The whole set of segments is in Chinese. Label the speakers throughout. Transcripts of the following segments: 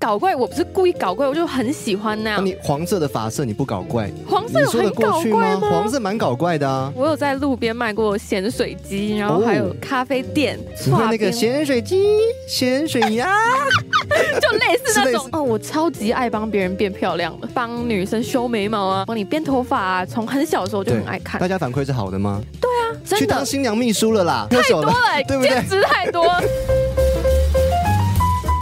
Speaker 1: 搞怪，我不是故意搞怪，我就很喜欢那
Speaker 2: 那
Speaker 1: 样。
Speaker 2: 哦你黄色的发色你不搞怪，
Speaker 1: 啊黄色
Speaker 2: 你
Speaker 1: 有
Speaker 2: 说得
Speaker 1: 很
Speaker 2: 过
Speaker 1: 搞
Speaker 2: 去
Speaker 1: 怪
Speaker 2: 黄色蛮搞怪的啊。
Speaker 1: 我有在路边卖过咸水鸡，然后
Speaker 2: 哦
Speaker 1: 还有咖啡店，
Speaker 2: 你说那个
Speaker 1: 边
Speaker 2: 咸水鸡、咸水鸭，
Speaker 1: 就类似
Speaker 2: 是
Speaker 1: 那
Speaker 2: 类
Speaker 1: 种
Speaker 2: 似
Speaker 1: 哦，我超级爱帮别人变漂亮的，帮女生修眉毛啊，帮你编头发啊，从很小的时候 就很爱看
Speaker 2: 大，家反馈是好的吗？去
Speaker 1: 真
Speaker 2: 当
Speaker 1: 的
Speaker 2: 新娘秘书了啦，太多
Speaker 1: 多了，
Speaker 2: 对不对
Speaker 1: 兼职太 多。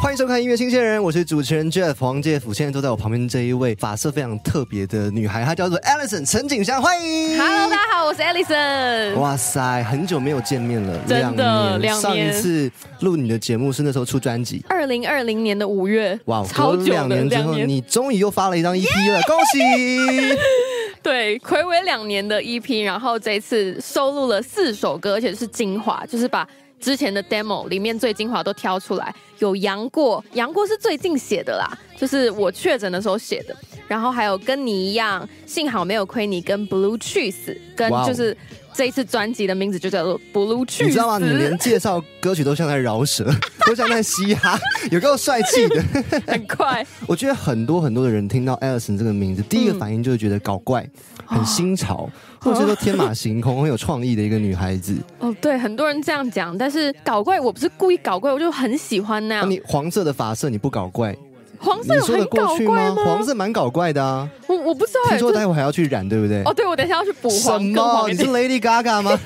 Speaker 2: 欢迎收看《音乐新鲜人》，我是主持人 Jeff 黄介甫，现在坐在我旁边这一位发色非常特别的女孩，她叫做 Alison 陈景香，欢迎。
Speaker 1: Hello，大家好，我是 Alison。
Speaker 2: 哇塞，很久没有见面了，
Speaker 1: 真的两
Speaker 2: 上一
Speaker 1: 年
Speaker 2: 次录你的节目是那时候出专辑，
Speaker 1: 二零二零年的五月，
Speaker 2: 哇，
Speaker 1: 超
Speaker 2: 隔
Speaker 1: 久
Speaker 2: 两
Speaker 1: 的
Speaker 2: 年之后，你终于又发了一张 EP 了，恭喜！
Speaker 1: 对，暌违两年的 EP，然后这一次收录了四首歌，而且是精华，就是把之前的 demo 里面最精华都挑出来。有杨过，杨过是最近写的啦，就是我确诊的时候写的。然后还有跟你一样，幸好没有亏你，跟 Blue Cheese，跟
Speaker 2: 哇哦
Speaker 1: 就是这一次专辑的名字就叫做 Blue Cheese。
Speaker 2: 你知道吗？你连介绍歌曲都像在饶舌，都像在嘻哈， 有够帅 气的。
Speaker 1: 很快，
Speaker 2: 我觉得很多很多的人听到 Alison 这个名字，第一个反应就是觉得搞怪、
Speaker 1: 嗯
Speaker 2: 很新潮，或者说天马行空、很有创意的一个女孩 子。
Speaker 1: 哦，对，很多人这样讲，但是搞怪我不是故意搞怪，我就很喜欢那
Speaker 2: 那
Speaker 1: 样。
Speaker 2: 哦你黄色的发色你不搞怪，
Speaker 1: 黄色
Speaker 2: 你
Speaker 1: 有
Speaker 2: 说
Speaker 1: 很
Speaker 2: 得
Speaker 1: 搞
Speaker 2: 过去
Speaker 1: 怪
Speaker 2: 吗？
Speaker 1: 吗？
Speaker 2: 黄色蛮搞怪的啊，
Speaker 1: 我我不知道、欸，
Speaker 2: 听
Speaker 1: 就
Speaker 2: 说
Speaker 1: 是
Speaker 2: 待会还要去染，对不对？
Speaker 1: 哦，对，我等一下要去补
Speaker 2: 什
Speaker 1: 黄跟
Speaker 2: 么？
Speaker 1: 黄一
Speaker 2: 你是
Speaker 1: 点，
Speaker 2: Lady Gaga 吗？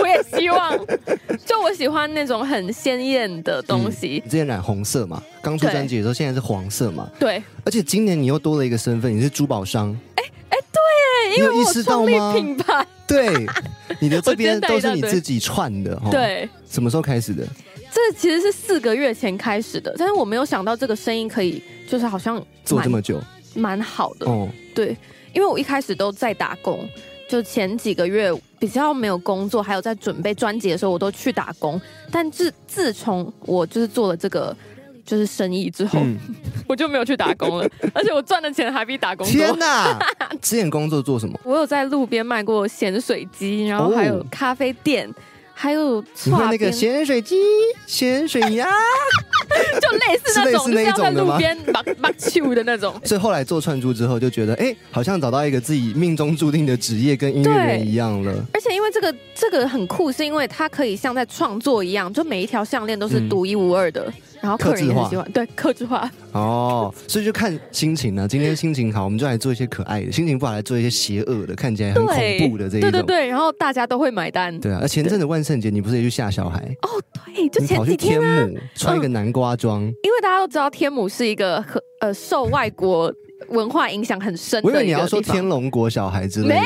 Speaker 1: 我也希望。就我喜欢那种很鲜艳的 东西
Speaker 2: 你，之前染红色嘛，刚出
Speaker 1: 对
Speaker 2: 专辑的时候，现在是黄色嘛，
Speaker 1: 对，
Speaker 2: 而且今年你又多了一个身份，你是珠宝商。
Speaker 1: 对，因
Speaker 2: 有
Speaker 1: 为
Speaker 2: 意
Speaker 1: 我
Speaker 2: 识
Speaker 1: 创
Speaker 2: 到
Speaker 1: 立
Speaker 2: 吗
Speaker 1: 品牌，
Speaker 2: 对，你的这边
Speaker 1: 我今天带
Speaker 2: 都
Speaker 1: 一大堆
Speaker 2: 是你自己串的，哦，
Speaker 1: 对，
Speaker 2: 什么时候开始的？
Speaker 1: 这其实是四个月前开始的，但是我没有想到这个生意可以，就是好像
Speaker 2: 做
Speaker 1: 蛮
Speaker 2: 这么久，
Speaker 1: 蛮好的，
Speaker 2: 哦，
Speaker 1: 对，因为我一开始都在打工，就前几个月比较没有工作，还有在准备专辑的时候，我都去打工。但自自从我就是做了这个就是生意之后，
Speaker 2: 嗯，
Speaker 1: 我就没有去打工了，而且我赚的钱还比打工
Speaker 2: 天
Speaker 1: 多。
Speaker 2: 哪！之前工作做什么？
Speaker 1: 我有在路边卖过咸水鸡，然后还有
Speaker 2: 哦
Speaker 1: 咖啡店。还有
Speaker 2: 你
Speaker 1: 串
Speaker 2: 会那个咸水鸡、咸水鸭，
Speaker 1: 就类似那种，
Speaker 2: 是
Speaker 1: 就
Speaker 2: 类
Speaker 1: 是
Speaker 2: 似那
Speaker 1: 要在
Speaker 2: 一种的吗
Speaker 1: 路边把把球的那 种。
Speaker 2: 所以后来做串珠之后，就觉得哎、好像找到一个自己命中注定的职业，跟音乐人
Speaker 1: 对
Speaker 2: 一样了。
Speaker 1: 而且因为这个这个很酷，是因为它可以像在创作一样，就每一条项链都是
Speaker 2: 嗯
Speaker 1: 独一无二的，然后客人也
Speaker 2: 客制
Speaker 1: 很
Speaker 2: 化
Speaker 1: 喜欢，对，克制化，
Speaker 2: 哦，所以就看心情啊了、今天心情好，我们就来做一些可爱的；心情不好，来做一些邪恶的，看起来很恐
Speaker 1: 对，
Speaker 2: 怖的这一种。
Speaker 1: 对对对，然后大家都会买单。
Speaker 2: 对啊，而前阵子万圣节，你不是也去吓小孩？
Speaker 1: 哦，对，就
Speaker 2: 你
Speaker 1: 前
Speaker 2: 跑去
Speaker 1: 几天
Speaker 2: 天
Speaker 1: 啊，
Speaker 2: 母，穿一个南瓜装。
Speaker 1: 因为大家都知道天母是一个很呃受外国文化影响很深的
Speaker 2: 我
Speaker 1: 一
Speaker 2: 以
Speaker 1: 个呃地
Speaker 2: 为你
Speaker 1: 方。
Speaker 2: 要说天龙国小孩之类的
Speaker 1: 没，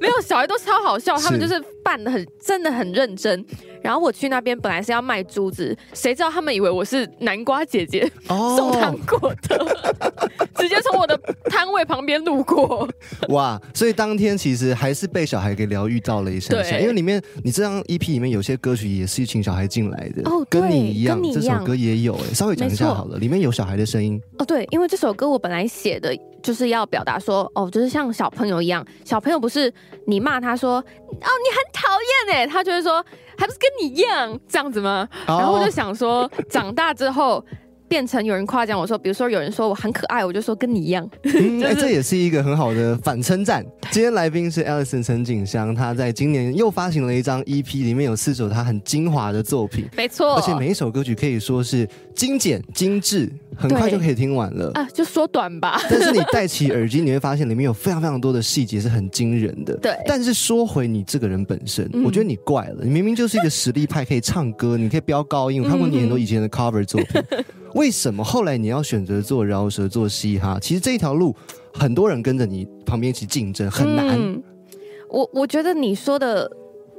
Speaker 1: 没有小孩都超好笑，他们
Speaker 2: 是
Speaker 1: 就是办的很真的很认真。然后我去那边本来是要卖珠子，谁知道他们以为我是南瓜姐姐、
Speaker 2: 哦
Speaker 1: 送糖果的， 直接从我的摊位旁边路过。
Speaker 2: 哇！所以当天其实还是被小孩给疗愈到了一下下，
Speaker 1: 对
Speaker 2: 因为里面你这张 EP 里面有些歌曲也是请小孩进来的，
Speaker 1: 哦对
Speaker 2: 跟你一样，
Speaker 1: 跟你一
Speaker 2: 这首
Speaker 1: 样
Speaker 2: 歌也有哎，稍微讲一下
Speaker 1: 没错
Speaker 2: 好了，里面有小孩的声音，
Speaker 1: 哦，对，因为这首歌我本来写的就是要表达说，哦，就是像小朋友一样，小朋友不是你骂他说，哦，你很讨厌哎，他就会说，还不是跟你一样这样子吗？然后我 就想说，长大之后。变成有人夸奖我说，比如说有人说我很可爱，我就说跟你一样。
Speaker 2: 嗯
Speaker 1: 就
Speaker 2: 哎，
Speaker 1: 是
Speaker 2: 这也是一个很好的反称赞。今天来宾是 Alison 陈景香，她在今年又发行了一张 EP，里面有四首她很精华的作品。
Speaker 1: 没错，
Speaker 2: 而且每一首歌曲可以说是精简精致，很
Speaker 1: 对
Speaker 2: 快就可以听完了。
Speaker 1: 啊，就说短 吧。
Speaker 2: 但是你戴起耳机，你会发现里面有非常非常多的细节是很惊人的。
Speaker 1: 对
Speaker 2: 但是说回你这个人本身，
Speaker 1: 嗯
Speaker 2: 我觉得你怪了，你明明就是一个实力派，可以唱歌，你可以飙高
Speaker 1: 嗯
Speaker 2: 音。我看过你很多以前的 cover 作 品，为什么后来你要选择做饶舌、做嘻哈？其实这一条路，很多人跟着你旁边一起竞争，很难。
Speaker 1: 嗯、我我觉得你说的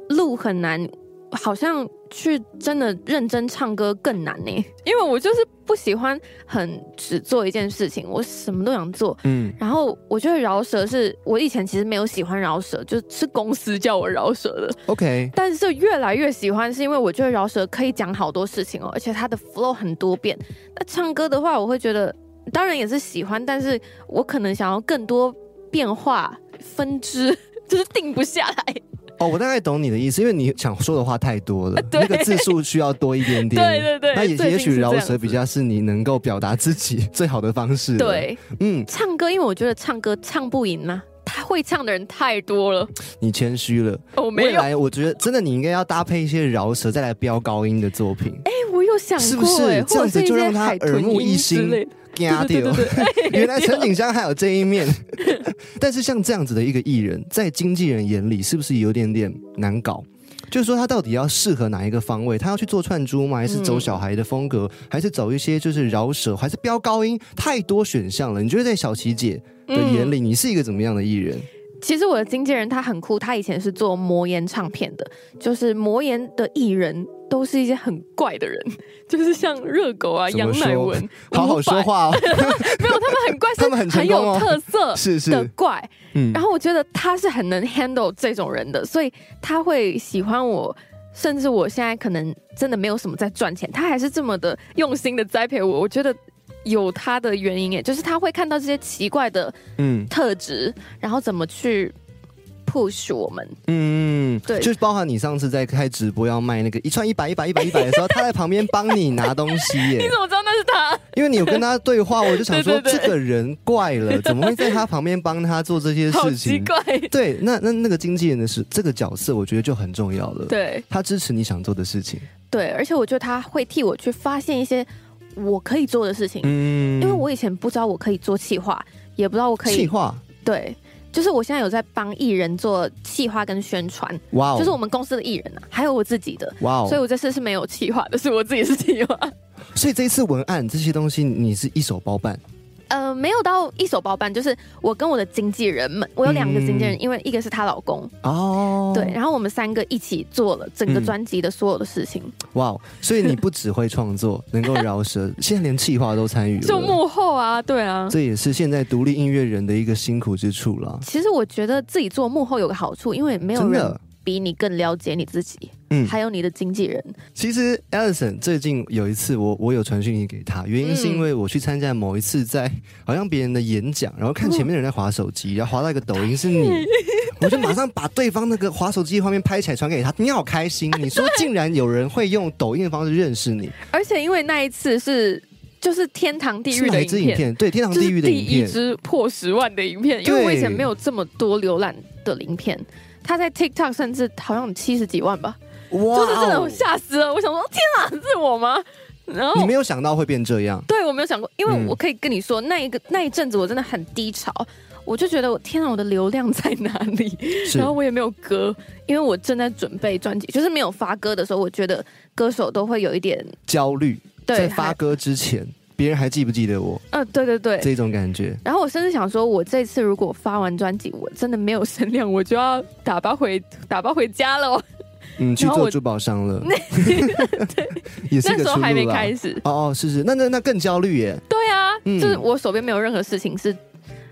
Speaker 1: 路很难，好像去真的认真唱歌更难呢。因为我就是不喜欢很只做一件事情，我什么都想做。
Speaker 2: 嗯，
Speaker 1: 然后我觉得饶舌是我以前其实没有喜欢饶舌，就是公司叫我饶舌的，
Speaker 2: OK，
Speaker 1: 但是越来越喜欢，是因为我觉得饶舌可以讲好多事情哦，而且它的 flow 很多变。那唱歌的话，我会觉得当然也是喜欢，但是 我可能想要更多变化分支，就是定不下来。
Speaker 2: 哦，我大概懂你的意思，因为你想说的话太多了，
Speaker 1: 对
Speaker 2: 那个字数需要多一点 点。
Speaker 1: 对对对
Speaker 2: 那也
Speaker 1: 最近
Speaker 2: 也
Speaker 1: 是
Speaker 2: 许
Speaker 1: 这样
Speaker 2: 饶
Speaker 1: 子
Speaker 2: 舌比较是你能够表达自己最好的方式。，
Speaker 1: 对，
Speaker 2: 嗯，
Speaker 1: 唱歌，因为我觉得唱歌唱不赢呐、啊他会唱的人太多了。
Speaker 2: 你谦虚了。
Speaker 1: 哦，没
Speaker 2: 未
Speaker 1: 有，哎、
Speaker 2: 来我觉得真的你应该要搭配一些饶舌，再来飙高音的作品，
Speaker 1: 我有想过、
Speaker 2: 是不是
Speaker 1: 哎
Speaker 2: 这
Speaker 1: 或
Speaker 2: 样子
Speaker 1: 者是
Speaker 2: 就
Speaker 1: 一些
Speaker 2: 让他
Speaker 1: 海豚
Speaker 2: 耳目一
Speaker 1: 音
Speaker 2: 新
Speaker 1: 之类的
Speaker 2: 嘎
Speaker 1: 对对对对 对
Speaker 2: 原来陈景香还有这 一面，但是像这样子的一个艺人，在经纪人眼里是不是有点点难搞？就是说，他到底要适合哪一个方位？他要去做串珠吗？还是走小孩的风格？
Speaker 1: 嗯
Speaker 2: 还是走一些就是饶舌？还是飙高音？太多选项了。你觉得在小琪姐的
Speaker 1: 嗯
Speaker 2: 眼里，你是一个怎么样的艺人？
Speaker 1: 其实我的经纪人他很酷，他以前是做魔岩唱片的，就是魔岩的艺人都是一些很怪的人， 就是像热狗啊、
Speaker 2: 怎么
Speaker 1: 杨
Speaker 2: 说
Speaker 1: 乃文，
Speaker 2: 好好说话哦，
Speaker 1: 没有他们很 怪，是
Speaker 2: 他们很成功哦
Speaker 1: 有特色
Speaker 2: 是
Speaker 1: 的
Speaker 2: 是，
Speaker 1: 怪。
Speaker 2: 嗯
Speaker 1: 然后我觉得他是很能 handle 这种人的，所以他会喜欢我。甚至我现在可能真的没有什么在赚钱，他还是这么的用心的栽培我。我觉得有他的原因，诶，就是他会看到这些奇怪的
Speaker 2: 嗯
Speaker 1: 特质，然后怎么去 push 我们。
Speaker 2: 嗯，
Speaker 1: 对
Speaker 2: 就是包含你上次在开直播要卖那个一串一百一百一百一百的时候，他在旁边帮你拿东西耶。
Speaker 1: 你怎么知道那是他？
Speaker 2: 因为你有跟他对话，我就想说
Speaker 1: 对对
Speaker 2: 这
Speaker 1: 对
Speaker 2: 个人怪了，怎么会在他旁边帮他做这些
Speaker 1: 好
Speaker 2: 事
Speaker 1: 奇
Speaker 2: 情？
Speaker 1: 怪。
Speaker 2: 对，那那那个经纪人的事，这个角色我觉得就很重要了。
Speaker 1: 对
Speaker 2: 他支持你想做的事情，
Speaker 1: 对，而且我觉得他会替我去发现一些我可以做的事情，
Speaker 2: 嗯
Speaker 1: 因为我以前不知道我可以做企划，也不知道我可
Speaker 2: 企
Speaker 1: 以
Speaker 2: 划，
Speaker 1: 对。就是我现在有在帮艺人做企划跟宣传，
Speaker 2: 哇哦，
Speaker 1: 就是我们公司的艺人啊，还有我自己的，
Speaker 2: 哇哦，
Speaker 1: 所
Speaker 2: 所
Speaker 1: 以
Speaker 2: 以
Speaker 1: 我这次是没有企划的，是我自己是企划，
Speaker 2: 这一次文案这些东西你是一手包办，
Speaker 1: 呃，没有到一手包办，就是我跟我的经纪人们，我有两个经纪人，
Speaker 2: 嗯
Speaker 1: 因为一个是她老公，
Speaker 2: 哦，
Speaker 1: 对，，然后我们三个一起做了整个
Speaker 2: 嗯
Speaker 1: 专辑的所有的事情，
Speaker 2: 哇哦，所以你不只会创作，能够 饶舌，现在连企划都参与
Speaker 1: 就
Speaker 2: 了，
Speaker 1: 幕后啊，对啊，
Speaker 2: 这也是现在独立音乐人的一个辛苦之处了。
Speaker 1: 其实我觉得自己做幕后有个好处，因为没有
Speaker 2: 真
Speaker 1: 人
Speaker 2: 的，
Speaker 1: 比你更了解你自己，
Speaker 2: 嗯
Speaker 1: 还有你的经纪人。
Speaker 2: 其实 Alison 最近有一次我，我有传讯息给他，原因是因
Speaker 1: 嗯
Speaker 2: 为我去参加某一次在 好像别人的演讲，然后
Speaker 1: 哦
Speaker 2: 看前面的人在划手机，然后划到一个抖音是你， 我就马上把对方那个划手机的画面拍起来传给他，你好开心，你说竟然有人会用抖音的方式认识你，
Speaker 1: 而且因为那一次是就是天堂地
Speaker 2: 是
Speaker 1: 狱
Speaker 2: 哪
Speaker 1: 的
Speaker 2: 一
Speaker 1: 影
Speaker 2: 支
Speaker 1: 片，
Speaker 2: 影片？对，天堂
Speaker 1: 就是
Speaker 2: 地狱的
Speaker 1: 第
Speaker 2: 影
Speaker 1: 一
Speaker 2: 片，
Speaker 1: 支破十万的影片，因为我以前没有这么多浏览的影片。他在 TikTok 甚至好像有七十几万吧，
Speaker 2: 哇
Speaker 1: 就是真的
Speaker 2: 哦
Speaker 1: 我吓死了。我想说，天啊，是我吗？然后
Speaker 2: 你没有想到会变这样，
Speaker 1: 对我没有想过，因为
Speaker 2: 嗯
Speaker 1: 我可以跟你说，那一个那一阵子我真的很低潮，我就觉得我天啊，我的流量在哪里？
Speaker 2: 是
Speaker 1: 然后我也没有歌，因为我正在准备专辑，就是没有发歌的时候，我觉得歌手都会有一点
Speaker 2: 焦虑，在
Speaker 1: 对
Speaker 2: 发
Speaker 1: 还
Speaker 2: 歌之前，别人还记不记得我
Speaker 1: 呃，对对对。
Speaker 2: 这种感觉？
Speaker 1: 然后我甚至想说，我这次如果发完专辑，我真的没有声量，我就要打包回打包回家了。
Speaker 2: 嗯，去
Speaker 1: 然后
Speaker 2: 做
Speaker 1: 我
Speaker 2: 珠宝商 了，也是
Speaker 1: 那
Speaker 2: 个
Speaker 1: 时候
Speaker 2: 出
Speaker 1: 还没
Speaker 2: 路啦。
Speaker 1: 开始，
Speaker 2: 哦哦，是是，那那那更焦虑耶，
Speaker 1: 对啊，
Speaker 2: 嗯
Speaker 1: 就是我手边没有任何事情是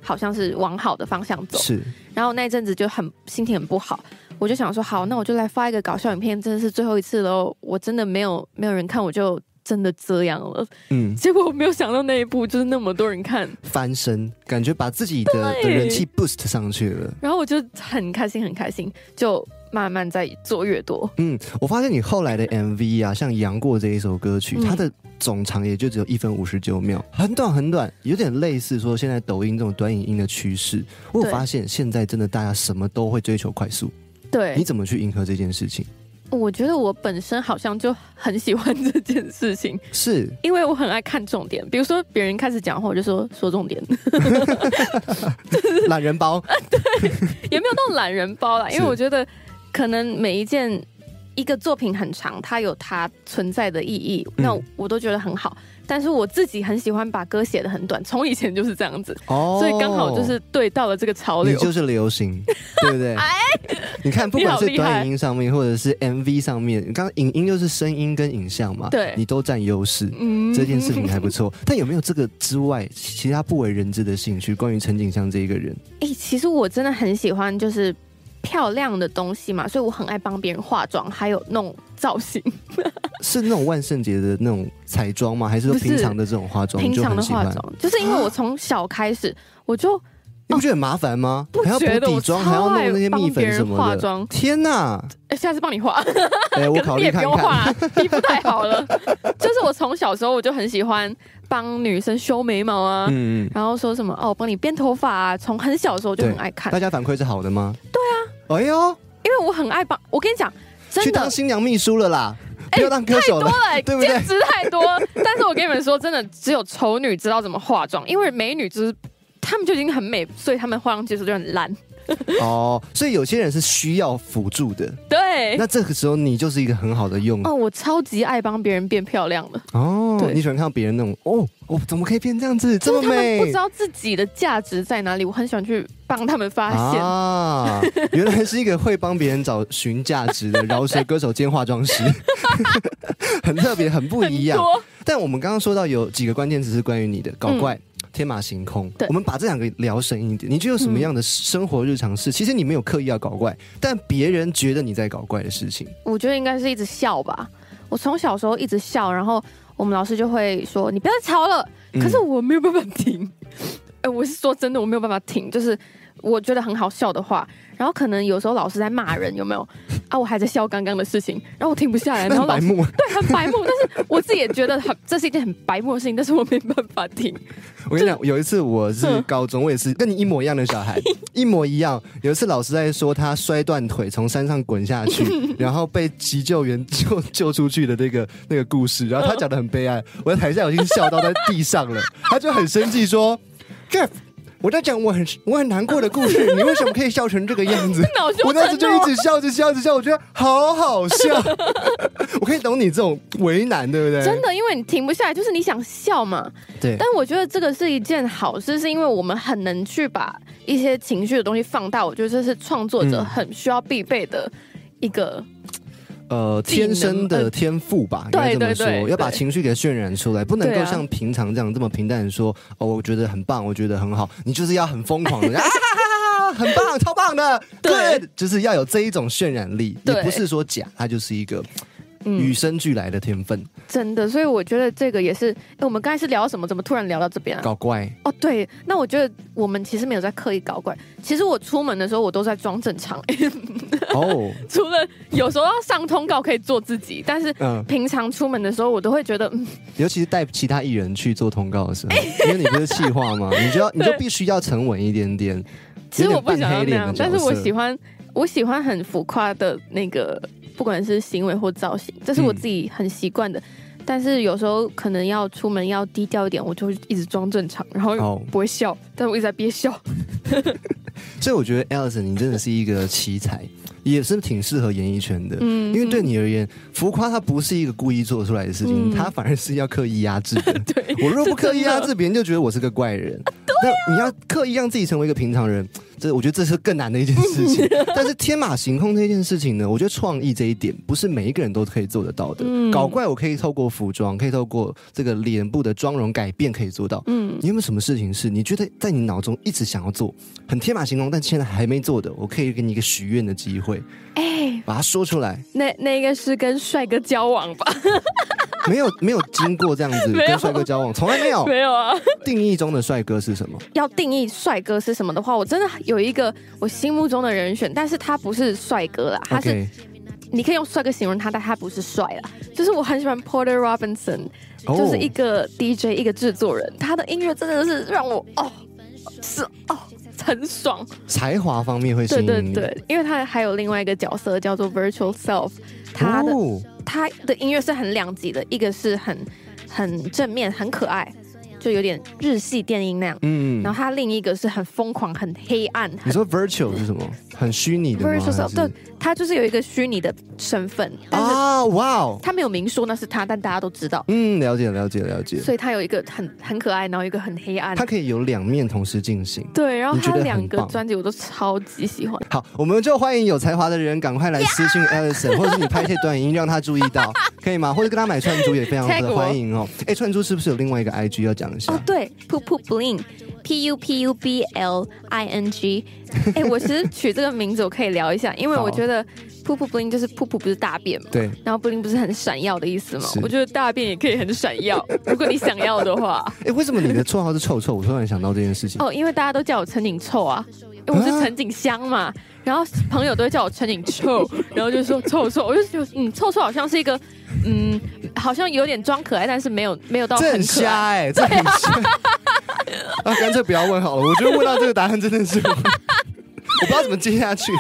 Speaker 1: 好像是往好的方向走。
Speaker 2: 是
Speaker 1: 然后那一阵子就很心情很不好，我就想说，好，那我就来发一个搞笑影片，真的是最后一次喽。我真的没有没有人看，我就真的这样了。
Speaker 2: 嗯，
Speaker 1: 结果我没有想到那一步就是那么多人看，
Speaker 2: 翻身，感觉把自己的的
Speaker 1: 对
Speaker 2: 人气 boost 上去了。
Speaker 1: 然后我就很开心很开心，就慢慢在做越多。
Speaker 2: 嗯，我发现你后来的 MV 啊，像《杨过》这一首歌曲，
Speaker 1: 嗯
Speaker 2: 它的总长也就只有一分五十九秒，很短很短，有点类似说现在抖音这种短影音的趋势。我有
Speaker 1: 对
Speaker 2: 发现现在真的大家什么都会追求快速，你
Speaker 1: 对，
Speaker 2: 怎么去迎合这件事情？
Speaker 1: 我觉得我本身好像就很喜欢这件事情，
Speaker 2: 是
Speaker 1: 因为我很爱看重点。比如说别人开始讲话，我就说说重点，
Speaker 2: 懒人 包，
Speaker 1: 也没有到懒人包啦，因为
Speaker 2: 是
Speaker 1: 我觉得可能每一件一个作品很长，它有它存在的意义，
Speaker 2: 嗯
Speaker 1: 那我都觉得很好。但是我自己很喜欢把歌写的很短，从以前就是这样子，
Speaker 2: 哦，
Speaker 1: 所以刚好就是对到了这个潮
Speaker 2: 你
Speaker 1: 流。
Speaker 2: 就是流 行，对不对？你看，不
Speaker 1: 哎你
Speaker 2: 管
Speaker 1: 好
Speaker 2: 是
Speaker 1: 厉害
Speaker 2: 短影音上面，或者是 MV 上面，刚刚影音就是声音跟影像嘛，
Speaker 1: 对
Speaker 2: 你都占优势，
Speaker 1: 嗯
Speaker 2: 这件事情还不错。但有没有这个之外，其其他不为人知的兴趣？关于陈景香这一个人，
Speaker 1: 哎、其实我真的很喜欢就是漂亮的东西嘛，所以我很爱帮别人化妆，还有弄造型。
Speaker 2: 是那种万圣节的那种彩妆吗？还是说
Speaker 1: 不是
Speaker 2: 平常的这种化妆
Speaker 1: 平
Speaker 2: 哦就
Speaker 1: 常
Speaker 2: 很
Speaker 1: 的
Speaker 2: 喜
Speaker 1: 化
Speaker 2: 欢？
Speaker 1: 妆，就是因为我从小开始，我就
Speaker 2: 你不觉得很麻烦吗？还要补
Speaker 1: 觉得
Speaker 2: 底
Speaker 1: 我
Speaker 2: 妆，还要
Speaker 1: 超爱
Speaker 2: 弄那些蜜
Speaker 1: 帮别
Speaker 2: 粉
Speaker 1: 人
Speaker 2: 什么
Speaker 1: 化
Speaker 2: 的
Speaker 1: 妆。
Speaker 2: 天哪！
Speaker 1: 哎、下次帮你画，
Speaker 2: 哎、我
Speaker 1: 可
Speaker 2: 考
Speaker 1: 是你也
Speaker 2: 虑
Speaker 1: 不
Speaker 2: 看
Speaker 1: 用画
Speaker 2: 看。
Speaker 1: 啊，皮肤太好了。 就是我从小时候我就很喜欢帮女生修眉毛啊，
Speaker 2: 嗯嗯，
Speaker 1: 然后说什么哦，我帮你编头发啊，从很小的时候我就很爱看
Speaker 2: 大，家反馈是好的吗？对啊。哎呦，
Speaker 1: 因为我很爱帮。我跟你讲，真
Speaker 2: 去
Speaker 1: 的
Speaker 2: 当新娘秘书了啦，不要当歌手了
Speaker 1: 多，了，
Speaker 2: 对不对
Speaker 1: 兼职太多。但是我跟你们说，真的只有丑女知道怎么化妆，因为美女就是她们就已经很美，所以她们化妆技术就很烂。
Speaker 2: 哦，所以有些人是需要辅助的，
Speaker 1: 对，
Speaker 2: 那这个时候你就是一个很好的用
Speaker 1: 哦，我超级爱帮别人变漂亮的，
Speaker 2: 哦。
Speaker 1: 对
Speaker 2: 你喜欢看到别人那种哦，我、怎么可以变这样子，这
Speaker 1: 就
Speaker 2: 么
Speaker 1: 是他们不
Speaker 2: 美
Speaker 1: 知道自己的价值在哪里，我很喜欢去帮他们发现。
Speaker 2: 啊？原来是一个会帮别人找寻价值的饶舌歌手兼化妆师， 很特别，很不
Speaker 1: 很
Speaker 2: 一样。
Speaker 1: 多
Speaker 2: 但我们刚刚说到有几个关键词是关于你的搞怪、天马行空
Speaker 1: 对。
Speaker 2: 我们把这两个聊深一点，你觉得有什么样的生活日常事？其实你没有刻意要搞怪，但别人觉得你在搞怪的事情。
Speaker 1: 我觉得应该是一直笑吧。我从小时候一直笑，然后我们老师就会说：“你不要再吵了。”
Speaker 2: 嗯
Speaker 1: 可是我没有办法停。 哎、我是说真的，我没有办法停。就是我觉得很好笑的话，然后可能有时候老师在骂人，有没有？啊，我还在笑刚刚的事情，然后我停不下来，然
Speaker 2: 那
Speaker 1: 后
Speaker 2: 很
Speaker 1: 老
Speaker 2: 白
Speaker 1: 师
Speaker 2: 目，
Speaker 1: 对很白目，但是我自己也觉得 很这是一件很白目的事情，但是我没办法停。
Speaker 2: 我跟你讲，有一次我
Speaker 1: 嗯
Speaker 2: 是高中，我也是跟你一模一样的 小孩，一模一样。有一次老师在说他摔断腿，从山上滚下 去，然后被急救员救救出去的那个那个故事，然后他讲的很悲 哀，我在台下已经笑到在地上了，他就很生气说：“Jeff，我在讲我很我很难过的故事，你为什么可以笑成这个样 子？”
Speaker 1: 脑
Speaker 2: 我
Speaker 1: 羞
Speaker 2: 当时就
Speaker 1: 成
Speaker 2: 一
Speaker 1: 怒。
Speaker 2: 直笑，一直笑，一直笑，我觉得好 好笑。我可以懂你这种为难，对不对？
Speaker 1: 真的，因为你停不下来，就是你想笑嘛。
Speaker 2: 对，
Speaker 1: 但我觉得这个是一件好事，是因为我们很能去把一些情绪的东西放大。我觉得这是创作者
Speaker 2: 嗯
Speaker 1: 很需要必备的一个，
Speaker 2: 呃，
Speaker 1: 技能嗯
Speaker 2: 天生的天赋吧，应
Speaker 1: 对
Speaker 2: 该这么
Speaker 1: 对对
Speaker 2: 说，
Speaker 1: 对
Speaker 2: 要把情绪给渲染出来，不能够
Speaker 1: 对啊
Speaker 2: 像平常这样这么平淡地说，哦，我觉得很棒，我觉得很好，你就是要很疯狂 的，啊哈哈哈哈，很棒，超棒的
Speaker 1: 对
Speaker 2: ，good，就是要有这一种渲染力，
Speaker 1: 对
Speaker 2: 也不是说假，它就是一个与
Speaker 1: 嗯，
Speaker 2: 生俱来的天分，
Speaker 1: 真的。所以我觉得这个也是，哎，我们刚才是聊什么？怎么突然聊到这边啊？
Speaker 2: 搞怪，
Speaker 1: 哦，对，那我觉得我们其实没有在刻意搞怪。其实我出门的时候，我都在装正常，
Speaker 2: 哦，
Speaker 1: 除了有时候要上通告可以做自己，但是。
Speaker 2: 嗯，
Speaker 1: 平常出门的时候，我都会觉得，嗯，
Speaker 2: 尤其是带其他艺人去做通告 的时候，因为你不是气话吗？你就要你就必须要沉稳一点点，
Speaker 1: 其实
Speaker 2: 有点
Speaker 1: 我不想
Speaker 2: 扮
Speaker 1: 要那
Speaker 2: 黑脸
Speaker 1: 样
Speaker 2: 的，角
Speaker 1: 但是我
Speaker 2: 色
Speaker 1: 喜欢我喜欢很浮夸的那个，不管是行为或造型，这是我
Speaker 2: 嗯
Speaker 1: 自己很习惯的。但是有时候可能要出门要低调一点，我就会一直装正常，然后
Speaker 2: 哦
Speaker 1: 不会笑，但我一直在憋笑。
Speaker 2: 所以我觉得 Alison 你真的是一个奇才，也是挺适合演艺圈的。
Speaker 1: 嗯，
Speaker 2: 因为对你而言，浮夸它不是一个故意做出来的事情，
Speaker 1: 嗯
Speaker 2: 它反而是要刻意压制的。
Speaker 1: 对
Speaker 2: 我若不刻意压
Speaker 1: 是
Speaker 2: 制，别人就觉得我是个怪人。
Speaker 1: 啊
Speaker 2: 那你要刻意让自己成为一个平常人，这我觉得这是更难的一件事 情。但是天马行空这件事情呢，我觉得创意这一点不是每一个人都可以做得到的。
Speaker 1: 嗯
Speaker 2: 搞怪我可以透过服装，可以透过这个脸部的妆容改变可以做到。
Speaker 1: 嗯，
Speaker 2: 你有没有什么事情是你觉得在你脑中一直想要做，很天马行空，但现在还没做的？我可以给你一个许愿的机会，
Speaker 1: 哎、
Speaker 2: 把它说出来。
Speaker 1: 那那个是跟帅哥交往吧？
Speaker 2: 没有没有经过这样子
Speaker 1: 没有
Speaker 2: 跟帅哥交往，从来没有。
Speaker 1: 没有 啊。
Speaker 2: 定义中的帅哥是什么？
Speaker 1: 要定义帅哥是什么的话，我真的有一个我心目中的人选，但是他不是帅哥啦，他是
Speaker 2: OK
Speaker 1: 你可以用帅哥形容他，但他不是帅啦。就是我很喜欢 Porter Robinson，、就是
Speaker 2: 哦
Speaker 1: 一个 DJ，一个制作人，他的音乐真的是让我哦，是哦，很爽。
Speaker 2: 才华方面会吸
Speaker 1: 对
Speaker 2: 引你。
Speaker 1: 对对，因为他还有另外一个角色叫做 Virtual Self，他的、
Speaker 2: 哦
Speaker 1: 他的音乐是很两极的，一个是很很正面、很可爱，就有点日系电音那样。
Speaker 2: 嗯
Speaker 1: 然，后他另一个是很疯狂、很黑暗、
Speaker 2: 你
Speaker 1: 很
Speaker 2: 说 virtual 是什么？很虚拟的吗
Speaker 1: Virtual
Speaker 2: 还
Speaker 1: Self，
Speaker 2: 是
Speaker 1: 对，他就是有一个虚拟的身份，但是
Speaker 2: 啊，哇哦，
Speaker 1: 他没有明说那是他，但大家都知道，
Speaker 2: 嗯，了解了解了解，
Speaker 1: 所以他有一个很很可爱，然后一个很黑暗
Speaker 2: 它。可以有两面同时进行。
Speaker 1: 对，然后
Speaker 2: 你觉
Speaker 1: 他
Speaker 2: 得
Speaker 1: 两
Speaker 2: 很
Speaker 1: 个
Speaker 2: 棒
Speaker 1: 专辑我都超级喜欢。
Speaker 2: 好，我们就欢迎有才华的人赶快来私 信 Alison，或者是你拍一些短影音让他注意到，可以吗？或者跟他买串珠也非常
Speaker 1: Tag
Speaker 2: 的
Speaker 1: 我
Speaker 2: 欢迎哦。哎，串珠是不是有另外一个 IG 要讲一一下。
Speaker 1: 哦，对，Pu Pu Bling。P U P U B L I N G，哎、我其实取这个名字我可以聊一下，因为我
Speaker 2: 好啊
Speaker 1: 觉得 “poo poo bling” 就是 “poo poo” 不是大便嘛，
Speaker 2: 对
Speaker 1: 然后 “bling” 不是很闪耀的意思吗
Speaker 2: 是？
Speaker 1: 我觉得大便也可以很闪 耀，如果你想要的话。
Speaker 2: 哎，为什么你的绰号是臭臭？我突然想到这件事情。
Speaker 1: 哦，因为大家都叫我陈景臭啊，因为我是陈景香嘛，然后朋友都会叫我陈景臭，然后就说臭臭，我就觉得嗯，臭臭好像是一个嗯，好像有点装可爱，但是没有没有到
Speaker 2: 这很
Speaker 1: 很可
Speaker 2: 瞎
Speaker 1: 爱。
Speaker 2: 哎、这很瞎。 啊，干脆不要问好了。我觉得问到这个答案真 的是，我不知道怎么接下去。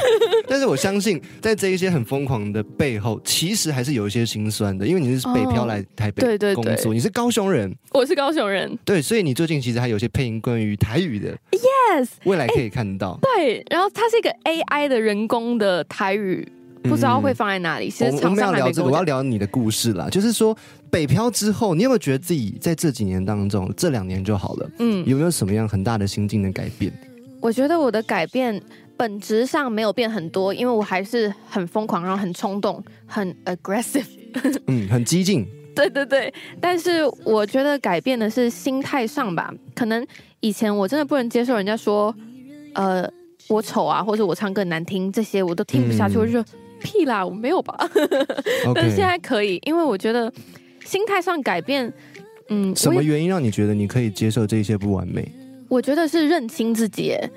Speaker 2: 但是我相信，在这一些很疯狂的背后，其实还是有一些心酸的，因为你是北漂来台北、
Speaker 1: 哦对对
Speaker 2: 工
Speaker 1: 对
Speaker 2: 作，你是高雄人，
Speaker 1: 我是高雄人，
Speaker 2: 对，所以你最近其实还有一些配音关于台语的
Speaker 1: Yes 哎
Speaker 2: 未来可以看到。
Speaker 1: 对，然后它是一个 AI 的人工的台语，不知道会放在哪里。其
Speaker 2: 嗯我
Speaker 1: 实
Speaker 2: 们我
Speaker 1: 厂
Speaker 2: 们
Speaker 1: 商
Speaker 2: 要
Speaker 1: 还
Speaker 2: 聊
Speaker 1: 没
Speaker 2: 这
Speaker 1: 跟
Speaker 2: 个，我要
Speaker 1: 讲。
Speaker 2: 聊你的故事啦。就是说，北漂之后，你有没有觉得自己在这几年当中，这两年就好了，
Speaker 1: 嗯，
Speaker 2: 有没有什么样很大的心境的改变？
Speaker 1: 我觉得我的改变本质上没有变很多，因为我还是很疯狂，然后很冲动，很 aggressive。
Speaker 2: 嗯，很激进，
Speaker 1: 对对对，但是我觉得改变的是心态上吧。可能以前我真的不能接受人家说，呃，我丑啊，或者我唱歌很难听，这些我都听不下去，
Speaker 2: 嗯
Speaker 1: 我就说屁啦，我没有吧。但是
Speaker 2: OK，
Speaker 1: 现在可以，因为我觉得心态上改变，嗯，
Speaker 2: 什
Speaker 1: 我
Speaker 2: 么
Speaker 1: 也
Speaker 2: 原因让你觉得你可以接受这些不完美？
Speaker 1: 我觉得是认清自己耶，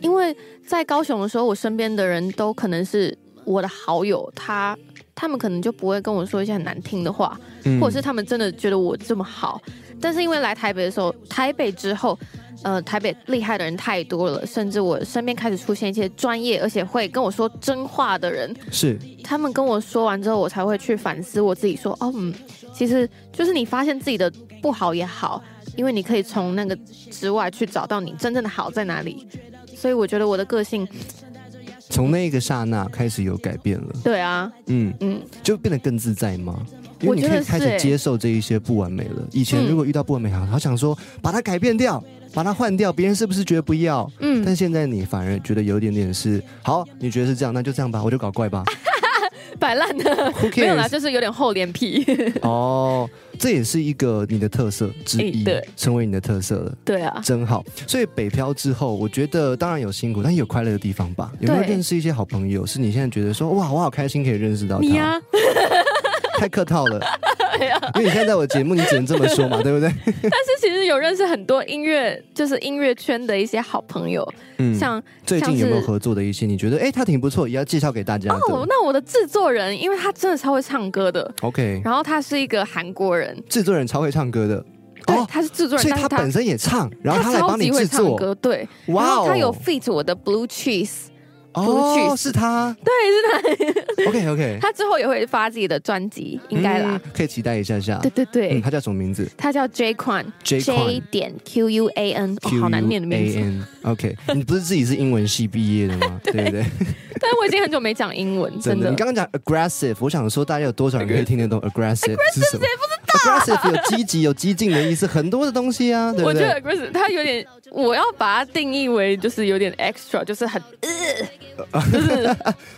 Speaker 1: 因为在高雄的时候，我身边的人都可能是我的好友，他他们可能就不会跟我说一些很难听的话，
Speaker 2: 嗯
Speaker 1: 或者是他们真的觉得我这么好，但是因为来台北的时候，台北之后，呃，台北厉害的人太多了，甚至我身边开始出现一些专业而且会跟我说真话的人，
Speaker 2: 是
Speaker 1: 他们跟我说完之后，我才会去反思我自己说，哦，嗯，其实就是你发现自己的不好也好，因为你可以从那个之外去找到你真正的好在哪里。所以我觉得我的个性，
Speaker 2: 从那一个刹那开始有改变了，
Speaker 1: 对啊，
Speaker 2: 嗯，
Speaker 1: 嗯，
Speaker 2: 就变得更自在吗？因
Speaker 1: 我
Speaker 2: 为你
Speaker 1: 觉
Speaker 2: 可
Speaker 1: 得
Speaker 2: 以开
Speaker 1: 是
Speaker 2: 始
Speaker 1: 欸
Speaker 2: 接受这一些不完美了。以前
Speaker 1: 嗯
Speaker 2: 如果遇到不完美，好好想说把它改变掉，把它换掉，别人是不是觉得不要？但
Speaker 1: 嗯，
Speaker 2: 现在你反而觉得有一点点是好，你觉得是这样，那就这样吧，我就搞 怪吧。
Speaker 1: 摆烂的，
Speaker 2: Who
Speaker 1: 没有啦，
Speaker 2: cares？
Speaker 1: 就是有点厚脸皮。
Speaker 2: 哦，这也是一个你的特色之
Speaker 1: 哎
Speaker 2: 一，
Speaker 1: 对
Speaker 2: 成为你的特色了。
Speaker 1: 对啊，
Speaker 2: 真好。所以北漂之后，我觉得当然有辛苦，但也有快乐的地方吧。有没有
Speaker 1: 对
Speaker 2: 认识一些好朋友？是你现在觉得说哇，我好开心可以认识到他，
Speaker 1: 你呀、
Speaker 2: 太客套了。因为你现在在我节目，你只能这么 说嘛，对不对？
Speaker 1: 但是其实有认识很多音乐，就是音乐圈的一些好朋友，
Speaker 2: 嗯
Speaker 1: 像
Speaker 2: 最近
Speaker 1: 像
Speaker 2: 有没有
Speaker 1: 是
Speaker 2: 合作的一些你觉得哎、他挺不错，也要介绍给大家的。
Speaker 1: 哦，那我的制作人，因为他真的超会唱歌的，
Speaker 2: OK，
Speaker 1: 然后他是一个韩国人，
Speaker 2: 制作人超会唱歌的，
Speaker 1: 对，
Speaker 2: 哦
Speaker 1: 他是制作人，
Speaker 2: 所以
Speaker 1: 但是
Speaker 2: 他本身也唱，然后
Speaker 1: 他
Speaker 2: 来
Speaker 1: 超
Speaker 2: 帮你
Speaker 1: 级会
Speaker 2: 制
Speaker 1: 唱
Speaker 2: 作。
Speaker 1: 歌，对，然
Speaker 2: 哇
Speaker 1: 后
Speaker 2: 哦，
Speaker 1: 他有 feat 我的 Blue Cheese，
Speaker 2: 哦，
Speaker 1: Bluetooth
Speaker 2: 是他，
Speaker 1: 嗯
Speaker 2: 对，是他。OK OK，
Speaker 1: 他之后也会发自己的专辑，应该啦，
Speaker 2: 嗯，可以期待一下下
Speaker 1: 对。对
Speaker 2: 嗯，
Speaker 1: 对，
Speaker 2: 他叫什么名字
Speaker 1: 他叫 J Quan。
Speaker 2: ？J Quan
Speaker 1: J 点 Q U A N，哦
Speaker 2: Q
Speaker 1: 好难念的名字。
Speaker 2: 字。OK，你不是自己是英文系毕业的吗？对不对？
Speaker 1: 但是我已经很久没讲英文，真
Speaker 2: 真的，
Speaker 1: 的
Speaker 2: 你。刚刚讲 aggressive，我想说大家有多少人可以听得懂 aggressive 是什么？aggressive 有积极、有激进的意思，很多的东西啊，对
Speaker 1: 啊我
Speaker 2: 不
Speaker 1: 觉
Speaker 2: 对
Speaker 1: 得 g r a c e 他有点，我要把它定义为就是有点 extra，就是很呃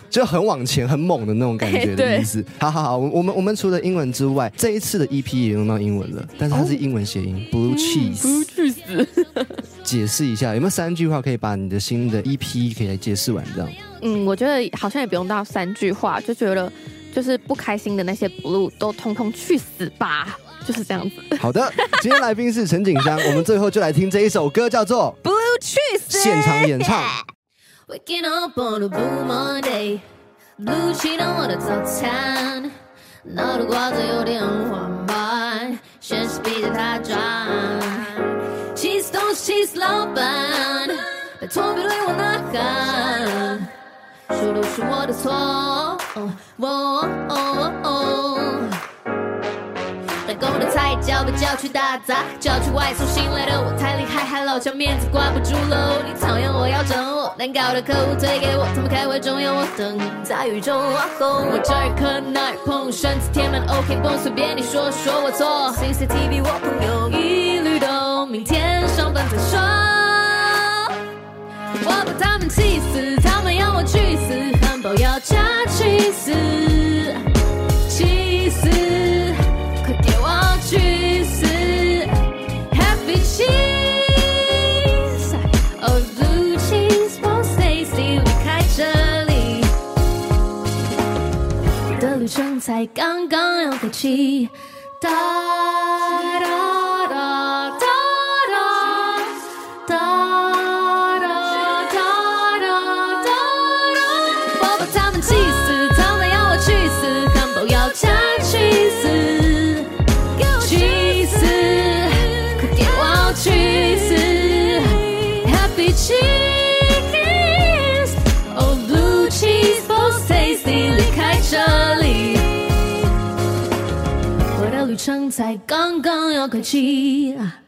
Speaker 2: 就很往前、很猛的那种感觉 的
Speaker 1: 对
Speaker 2: 意思。好好好，我我们我们除了英文之外，这一次的 EP 也用到英文了，但是
Speaker 1: 哦
Speaker 2: 它是英文谐音 blue
Speaker 1: 不
Speaker 2: cheese。
Speaker 1: 去死。
Speaker 2: 解释一下，有没有三句话可以把你的新的 EP 可以来解释完？这样
Speaker 1: 嗯，我觉得好像也不用到三句话，就觉得就是不开心的那些 blue 都通通去死吧，就是这样子。
Speaker 2: 好的，今天来宾是陈景香，我们最后就来听这一首歌，叫做
Speaker 1: Blue cheese，
Speaker 2: 现场演唱。
Speaker 3: Waking up on a blue Monday，blue 起了我的早餐，闹得瓜子有点缓慢，现实逼着他转。Cheese 东西 cheese 老板，拜托别对我呐喊，说都是我的错，我、打工的菜叫被叫去打杂，叫去外送，新来的我太厉害，还老将面子挂不住喽。你讨厌我要整我，难搞的客户推给我，他们开会总要我等，在雨中挖空，啊我这儿磕那儿碰，身子贴满 OK 绷，随便你说说我错。CCTV 我朋友一律都明天上班再说。我把他们气死，他们要我去死，汉堡要加气死，气死，快给我去死！Happy 才刚刚要开启。哒哒哒哒哒哒哒哒哒哒哒，我把他们气死，他们要我去死，他们都要他去死，去死，快点我去死，Happy Cheese。Oh, blue cheese, both tasty，离开这里，我的旅程才刚刚要开启。啊